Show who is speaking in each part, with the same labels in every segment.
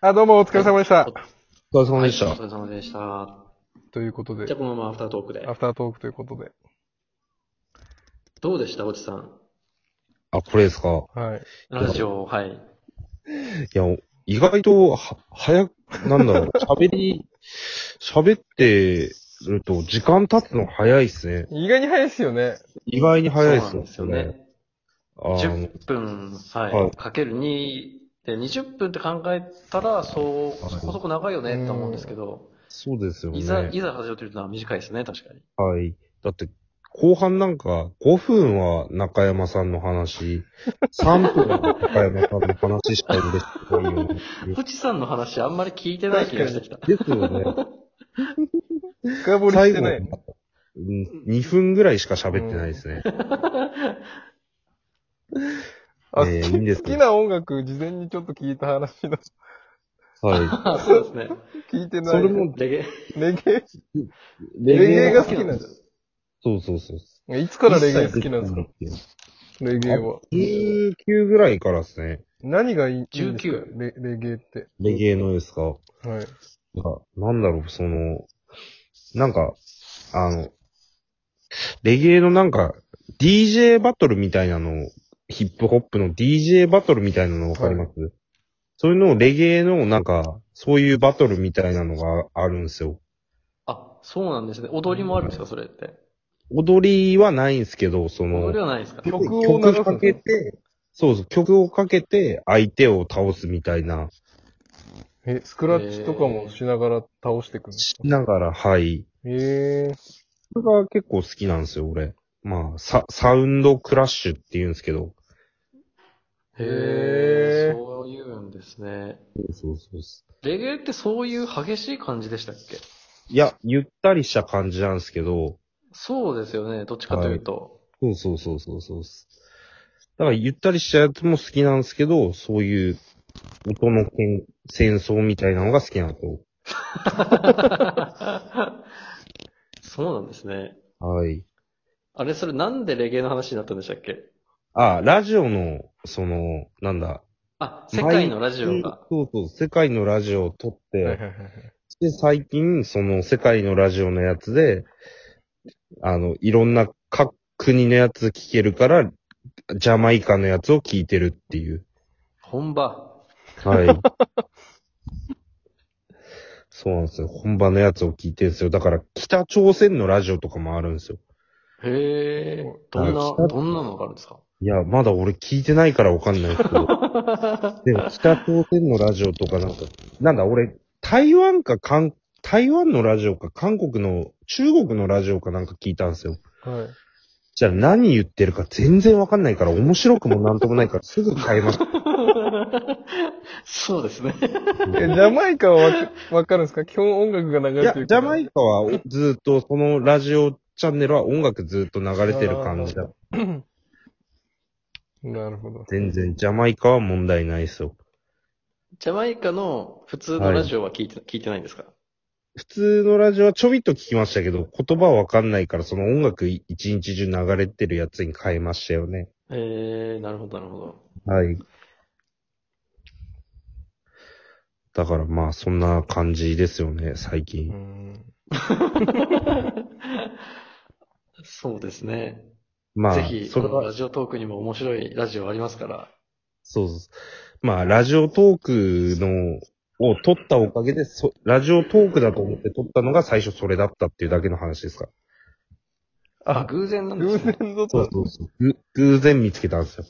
Speaker 1: あ、どうもお疲れ様でした。
Speaker 2: お疲れ様でした。
Speaker 3: はいお疲れ様でした。
Speaker 1: ということ
Speaker 3: じゃあ
Speaker 1: で、
Speaker 3: このままアフタートークで
Speaker 1: ア。フタートークということで。
Speaker 3: どうでしたおじさん。
Speaker 2: あ、これですか。
Speaker 1: はい。
Speaker 3: ラジオ、はい。
Speaker 2: いや、意外と、は、早く、なんだ ろう、喋り、喋ってると、時間経つの早いっすね。
Speaker 1: 意外に早いですよね。
Speaker 2: 意外に早いっす
Speaker 3: そうなんですよね。。
Speaker 2: あの、
Speaker 3: 10分、はい、
Speaker 2: はい
Speaker 3: かける2で、20分って考えたら、そう、そこそこ長いよねって思うんですけど、
Speaker 2: そうですよね。
Speaker 3: いざ、いざ始めてるのは短いですね、確かに。
Speaker 2: はい。だって、後半なんか、5分は中山さん の話、3分は中山さんの話しか出てないよね。
Speaker 3: プチさんの話あんまり聞いてない気がしてきた。
Speaker 2: ですよね。
Speaker 1: 深掘りし
Speaker 2: 最
Speaker 1: て
Speaker 2: 後
Speaker 1: ない。、
Speaker 2: 2分ぐらいしか喋ってないですね。
Speaker 1: あ、
Speaker 2: えー
Speaker 1: 好き
Speaker 2: いいです
Speaker 1: 好
Speaker 2: ね
Speaker 1: きな音楽、事前にちょっと聞いた話の、
Speaker 2: は
Speaker 3: あそうですね。
Speaker 1: 聞いて
Speaker 2: い。
Speaker 1: ない。
Speaker 2: それ、も、
Speaker 3: レゲエ。
Speaker 1: レゲエ、
Speaker 2: レ
Speaker 1: レゲエが好きなんです。
Speaker 2: そうそうそう。
Speaker 1: いつからレゲエ好きなんですかレゲエは。
Speaker 2: ?19 ぐらいからですね。
Speaker 1: 何がいいんですか
Speaker 3: 19
Speaker 1: レレゲエって。
Speaker 2: レゲエのですか。
Speaker 1: はい。
Speaker 2: なんかなんだろう、その、なんか、あの、レゲエのなんか、DJ バトルみたいなのを、ヒップホップの DJ バトルみたいなのわかります、そういうのをレゲエのなんか、そういうバトルみたいなのがあるんですよ。
Speaker 3: あ、そうなんですね。踊りもあるんですか、それって。
Speaker 2: 踊りはないんですけど、その
Speaker 3: 踊り、はないですか
Speaker 1: 曲を流す
Speaker 2: 曲かけて、そうそう、曲をかけて相手を倒すみたいな。
Speaker 1: え、スクラッチとかもしながら倒してくるんです
Speaker 2: し
Speaker 1: か
Speaker 2: ながら、はい。
Speaker 1: へえ
Speaker 2: それが結構好きなんですよ、俺。まあ、サ、サウンドクラッシュって言うんですけど。
Speaker 3: へ
Speaker 1: へー
Speaker 3: え、そういうんですね。
Speaker 2: そうそうそう。
Speaker 3: レゲエってそういう激しい感じでしたっけ
Speaker 2: いや、ゆったりした感じなんですけど。
Speaker 3: そうですよね、どっちかというと。
Speaker 2: そうそうそうそうそうっす。だから、ゆったりしたやつも好きなんですけど、そういう、音のけん戦争みたいなのが好きなの。
Speaker 3: そうなんですね。
Speaker 2: はい。
Speaker 3: あれ、それなんでレゲエの話になったんでしたっけ
Speaker 2: あ、ラジオの、その、なんだ。
Speaker 3: あ、世界のラジオが。
Speaker 2: そうそう、世界のラジオを撮っ
Speaker 1: ー。は
Speaker 2: て、
Speaker 1: いはいはいはい。
Speaker 2: で、最近、その世界のラジオのやつで、あの、いろんな各国のやつ聞けるから、ジャマイカのやつを聞いてるっていう。
Speaker 3: 本場。
Speaker 2: はい。 そうなんですよ。本場のやつを聞いてるんですよ。だから、北朝鮮のラジオとかもあるんですよ。
Speaker 3: へえ。どん
Speaker 2: あ北
Speaker 3: な、どんなのがあるん ですか
Speaker 2: いや、まだ俺聞いてないからわかんないけど。でも、北朝鮮のラジオとかなんか、なんだ、俺、台湾か韓、台湾のラジオか韓国の、中国のラジオかなんか聞いたんですよ。
Speaker 1: はい。
Speaker 2: じゃあ何言ってるか全然わかんないから、面白くもなんともないから、すぐ変えます。
Speaker 3: そうですね。
Speaker 1: え、ジ ャマイカはわかわかるんですか基本音楽が流
Speaker 2: い
Speaker 1: れ
Speaker 2: や、
Speaker 1: て
Speaker 2: ジ
Speaker 1: る
Speaker 2: ャマイカはずっと、そのラジオチャンネルは音楽ずっと流れてる感じだ。
Speaker 1: なるほど。
Speaker 2: 全然、ジャマイカは問題ないですよ。
Speaker 3: ジャマイカの普通のラジオは聞いて、聞いてないんですか
Speaker 2: 普通のラジオはちょびっと聞きましたけど、言葉わかんないから、その音楽一日中流れてるやつに変えましたよね。
Speaker 3: えー、なるほど、なるほ ど。
Speaker 2: はい。だからまあ、そんな感じですよね、最
Speaker 1: う
Speaker 2: 近。
Speaker 1: ん
Speaker 3: そうですね。
Speaker 2: まあ、
Speaker 3: ぜひ、
Speaker 2: そ
Speaker 3: こ
Speaker 2: れ
Speaker 3: の
Speaker 2: は
Speaker 3: ラジオトークにも面白いラジオありますから。
Speaker 2: そうそうそう。まあ、ラジオトークの、を撮ったおかげで、そ、ラジオトークだと思って撮ったのが最初それだったっていうだけの話ですか。
Speaker 3: あ、
Speaker 1: あ、
Speaker 3: 偶然なんで
Speaker 1: 偶
Speaker 3: すね。
Speaker 1: 然だった。
Speaker 2: そうそう。ぐ偶然見つけたんですよ。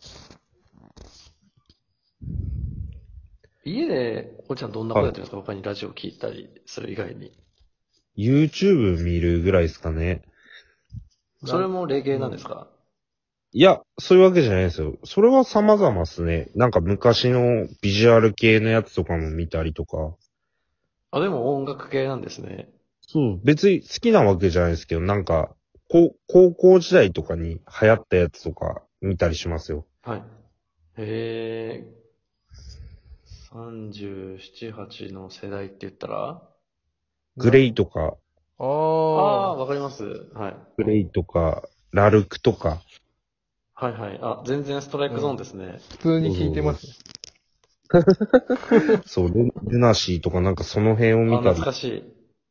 Speaker 3: 家で、おちゃんどんなことやってるんですか、他にラジオ聞いたりする以外に。
Speaker 2: YouTube 見るぐらいですかね。
Speaker 3: それもレゲエなんですか、
Speaker 2: いや、そういうわけじゃないですよ。それは様々っすね。なんか昔のビジュアル系のやつとかも見たりとか。
Speaker 3: あ、でも音楽系なんですね。
Speaker 2: そう、別に好きなわけじゃないですけど、なんか、こう高校時代とかに流行ったやつとか見たりしますよ。
Speaker 3: はい。へえ。37、8の世代って言ったら
Speaker 2: グレイとか、
Speaker 1: あ
Speaker 3: ああー、
Speaker 1: あ。
Speaker 3: わかります。はい。
Speaker 2: グレイとか、ラルクとか。
Speaker 3: はいはい。あ、全然ストライクゾーンですね。
Speaker 1: 普通に聞いてます。
Speaker 2: そう、ルルナシーとかなんかその辺を
Speaker 3: あ
Speaker 2: 見
Speaker 3: 懐
Speaker 2: たり、
Speaker 3: かしい。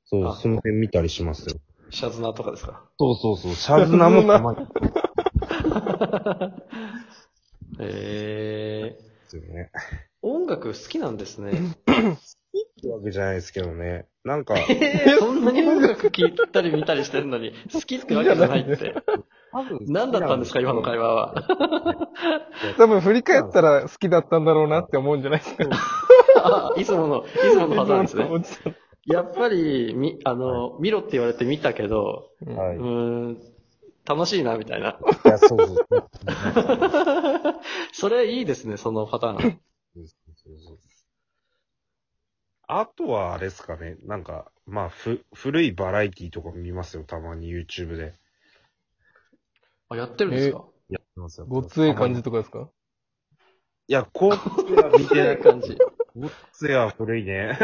Speaker 2: そう
Speaker 3: あ、
Speaker 2: その辺見たりしますよ。
Speaker 3: シャズナとかですか。
Speaker 2: そうそうそう、シャズナもたまにで
Speaker 3: えー、
Speaker 2: すよね。
Speaker 3: 音楽好きなんですね。
Speaker 2: ってわけじゃないですけどね。なんか、
Speaker 3: そんなに音楽聴いたり見たりしてるのに、好きってわけじゃないって。
Speaker 2: 多分
Speaker 3: 何だったんですか、今の会話は。
Speaker 1: 多分振り返ったら好きだったんだろうなって思うんじゃないですか。
Speaker 3: あ、 いつもの、いつものパターンですね。
Speaker 1: おじさん
Speaker 3: やっぱり、み、あの、見ろって言われて見たけど、
Speaker 2: は
Speaker 3: う
Speaker 2: い。い
Speaker 3: ーん、楽しいな、みたいな。
Speaker 2: や、そうそうそう。 そう
Speaker 3: それいいですね、そのパター ン。
Speaker 2: そうあとはあれですかね。なんか、まあ、ふ、古いバラエティとか見ますよ。たまに YouTube で。
Speaker 3: あ、やってるんですか
Speaker 2: やってますよ。
Speaker 1: ごっつい感
Speaker 2: い
Speaker 1: じとかですか
Speaker 2: や、こっつや見てない。
Speaker 3: 感 じ。
Speaker 2: ごっつや古 いね。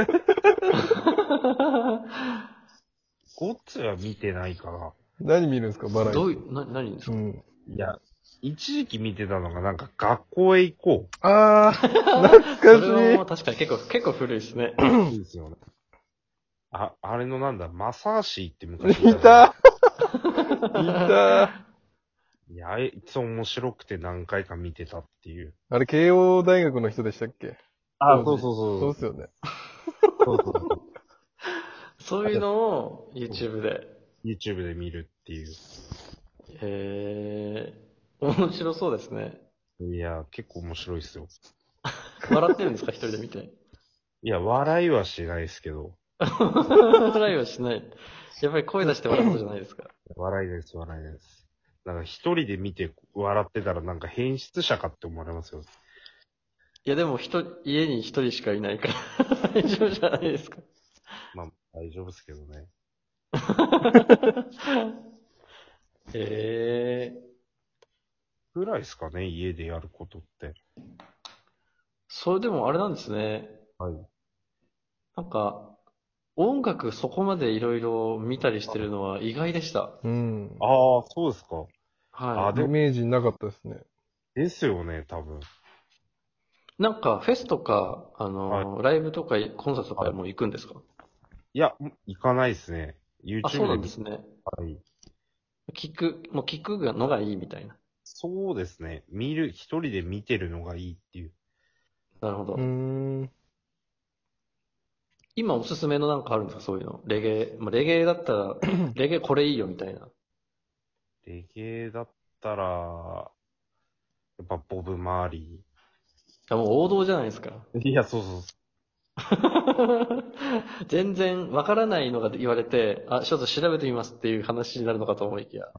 Speaker 2: ごっつや見てないから。
Speaker 1: 何見るんですかバラエテ
Speaker 3: ど
Speaker 1: ィ。
Speaker 3: ういう、な、何です
Speaker 1: う
Speaker 3: か
Speaker 1: ん。
Speaker 2: いや、一時期見てたのがなんか学校へ行こ
Speaker 1: あー、
Speaker 3: そ
Speaker 1: 懐
Speaker 3: れ
Speaker 1: か
Speaker 3: は確かに結構、結構古いです ね。
Speaker 2: う。いいですよね。あ、あれのなんだ、マサーシーって昔
Speaker 1: しい。いたいた
Speaker 2: いや、あれいつも面白くて何回か見てたっていう。
Speaker 1: あれ、慶応大学の人でしたっけ
Speaker 2: あ
Speaker 1: そう
Speaker 2: そうそ
Speaker 1: そうですよね。
Speaker 2: そうそうそう。
Speaker 3: そういうのを YouTube で。
Speaker 2: YouTube で見るっていう。
Speaker 3: へえ、面白そうですね。
Speaker 2: いや、結構面白いっすよ。
Speaker 3: 笑ってるんですか、一人で見 て。
Speaker 2: いや、笑いはしないですけど。
Speaker 3: 笑いはしない。やっぱり声出して笑うことじゃないですか。
Speaker 2: 笑いです、笑いです。なんか一人で見て笑ってたらなんか変質者かって思われますよ。
Speaker 3: いや、でも一人、家に一人しかいない から、大丈夫じゃないです か。
Speaker 2: まあ、大丈夫ですけどね。
Speaker 3: へえ、
Speaker 2: ぐらいですかね、家でやることって。
Speaker 3: それでもあれなんですね。
Speaker 2: はい。
Speaker 3: なんか、音楽そこまでいろいろ見たりしてるのは意外でした。
Speaker 1: うん。
Speaker 2: ああ、そうですか。
Speaker 3: は
Speaker 2: あで
Speaker 1: イ
Speaker 2: も
Speaker 1: メージなかったですね。
Speaker 2: ですよね、多
Speaker 3: い。
Speaker 2: 分。
Speaker 3: なんか、フェスとか、あの、ライブとか、コンサートとかも行くんですか
Speaker 2: いや、行かないですね。
Speaker 3: あ、そうなん
Speaker 2: YouTube
Speaker 3: で
Speaker 2: です
Speaker 3: ね。
Speaker 2: はい。
Speaker 3: 聞く、もう聞くのがいいみたいな。
Speaker 2: そうですね。見る、一人で見てるのがいいっていう。
Speaker 3: なるほど。
Speaker 1: うーん。
Speaker 3: 今おすすめのなんかあるんですかそういうの。レゲエ。まあ、レゲエだったら、レゲエこれいいよみたいな。
Speaker 2: レゲエだったら、やっぱボブ・マーリ
Speaker 3: あもう王道じゃないですか。
Speaker 2: ー。いや、そうそうそ
Speaker 3: 全然わからないのが言われて、あ、ちょっと調べてみますっていう話になるのかと思いきや。
Speaker 2: う。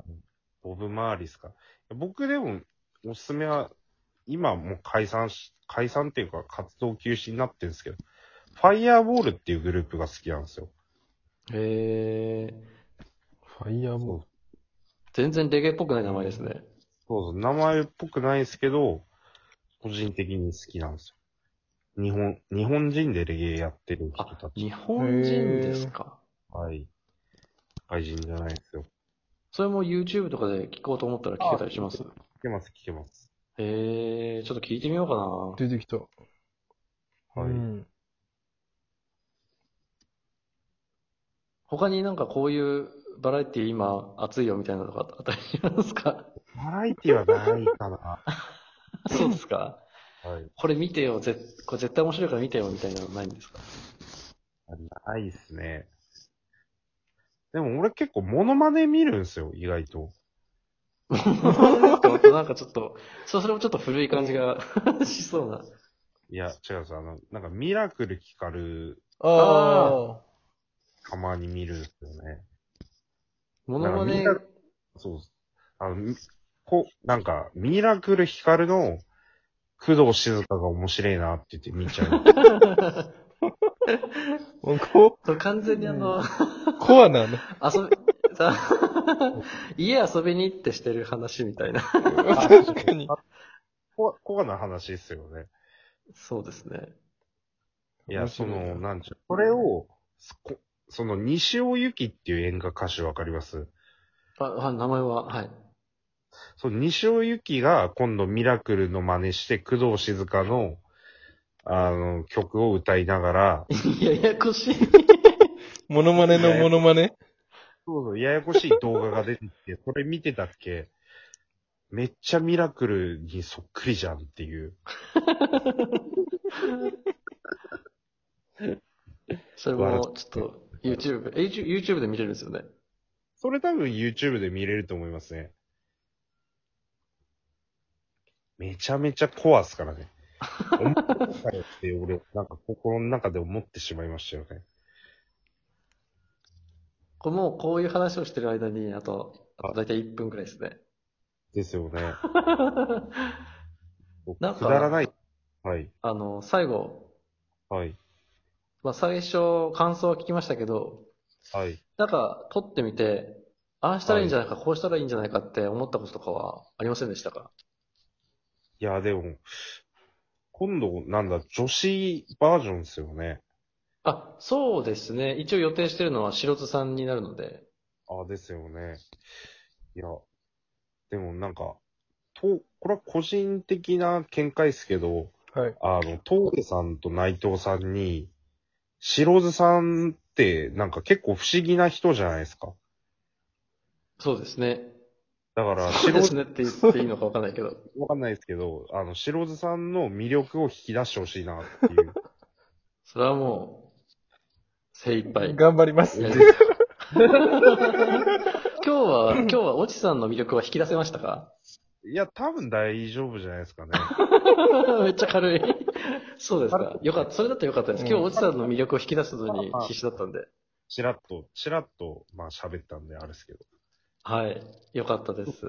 Speaker 2: ボブ・マーリーですか。僕でも、おすすめは、今もう解散し、解散っていうか活動休止になってるんですけど、ファイヤーボールっていうグループが好きなんですよ。
Speaker 3: へえ。
Speaker 1: ファイヤーボール。
Speaker 3: 全然レゲエっぽくない名前ですね。
Speaker 2: そうそう、名前っぽくないですけど、個人的に好きなんですよ。日本、日本人でレゲエやってる人た
Speaker 3: あ、
Speaker 2: ち。
Speaker 3: 日本人ですか。
Speaker 2: はい。外人じゃないですよ。
Speaker 3: それも YouTube とかで聞こうと思ったら聞けたりします。
Speaker 2: 来てます、来てます。
Speaker 3: へえ、ちょっと聞いてみようかな。
Speaker 1: 出てきた。
Speaker 2: は
Speaker 1: う
Speaker 2: い
Speaker 1: ん
Speaker 3: 他になんかこういうバラエティ今熱いよみたいなのとかあったりしますか
Speaker 2: バラエティはない かな。
Speaker 3: そうですか
Speaker 2: はい。
Speaker 3: これ見てよ、ぜこれ絶対面白いから見てよみたいなのないん ですか
Speaker 2: ないっすね。でも俺結構モノマネ見るんですよ、意外と。
Speaker 3: なんかちょっと、そう、それもちょっと古い感じが しそうな。
Speaker 2: いや、違うんですよ。あの、なんかミラクルキカル、
Speaker 1: あ
Speaker 2: たまに見るんですよね。
Speaker 3: ものま
Speaker 2: なん
Speaker 3: ね
Speaker 2: か、そうです。あの、みこう、なんか、ミラクルヒカルの工藤静香が面白いなって言って見ちゃう。
Speaker 1: あ。もうこ
Speaker 3: そう完全にあの、
Speaker 1: コアなね。
Speaker 3: 遊び、さ家遊びに行ってしてる話みたいな。
Speaker 1: 確かに。
Speaker 2: ココアな話ですよね。
Speaker 3: そうですね。
Speaker 2: いや、
Speaker 1: 面
Speaker 2: そ
Speaker 1: 白いな
Speaker 2: の、なんちゅう、これを、そこその、西尾由紀っていう演歌歌手わかります
Speaker 3: あ、あ名前は、はい。
Speaker 2: その西尾由紀が今度ミラクルの真似して工藤静香のあの、曲を歌いながら、
Speaker 3: いや、ややこしい。
Speaker 1: モノマネのモノマネ
Speaker 2: そうそう、ややこしい動画が出てきて、それ見てたっけめっちゃミラクルにそっくりじゃんっていう。
Speaker 3: それも、ちょっと、YouTube、え、YouTube YouTube で見れるんですよね。
Speaker 2: それ多分 YouTube で見れると思いますね。めちゃめちゃ怖っすからね。思ったよって俺、なんか心の中で思ってしまいましたよね。
Speaker 3: これもう、こういう話をしてる間に、あと、あと大体1分くらいです ね。
Speaker 2: ですよね。
Speaker 3: なんか
Speaker 2: くだらない。はい。
Speaker 3: あの、最後、
Speaker 2: はい。
Speaker 3: まあ、最初、感想は聞きましたけど、
Speaker 2: はい。
Speaker 3: なんか、撮ってみて、ああしたらいいんじゃないか、こうしたらいいんじゃないかって思ったこととかはありませんでしたか
Speaker 2: いや、でも、今度、なんだ、女子バージョンですよね。
Speaker 3: あ、そうですね。一応予定してるのは、白津さんになるので。
Speaker 2: あ、ですよね。いや、でもなんか、と、これは個人的な見解ですけど、
Speaker 1: はい。
Speaker 2: あの、峠さんと内藤さんに、白津さんって、なんか結構不思議な人じゃないですか。
Speaker 3: そうですね。
Speaker 2: だから、
Speaker 3: そうで
Speaker 2: 白津
Speaker 3: すねって言っていいのかわかんないけど。
Speaker 2: わかんないですけど、あの、白津さんの魅力を引き出してほしいなっていう。
Speaker 3: それはもう、精一杯。
Speaker 1: 頑張りま
Speaker 3: い
Speaker 1: す
Speaker 3: や。今日は、今日は、オチさんの魅力は引き出せましたか
Speaker 2: いや、多分大丈夫じゃないですかね。
Speaker 3: めっちゃ軽い。そうですか。よかった。それだったらよかったです。今日、オチさんの魅力を引き出すのに必死だったんで。
Speaker 2: チラッと、チラッと、まあ喋ったんで、あれですけど。
Speaker 3: はい。よかったです。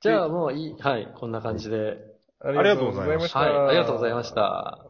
Speaker 3: じゃあ、もういい。はい。こんな感じで。
Speaker 1: あ
Speaker 2: りがとうございまし
Speaker 3: はい。ありがとうございました。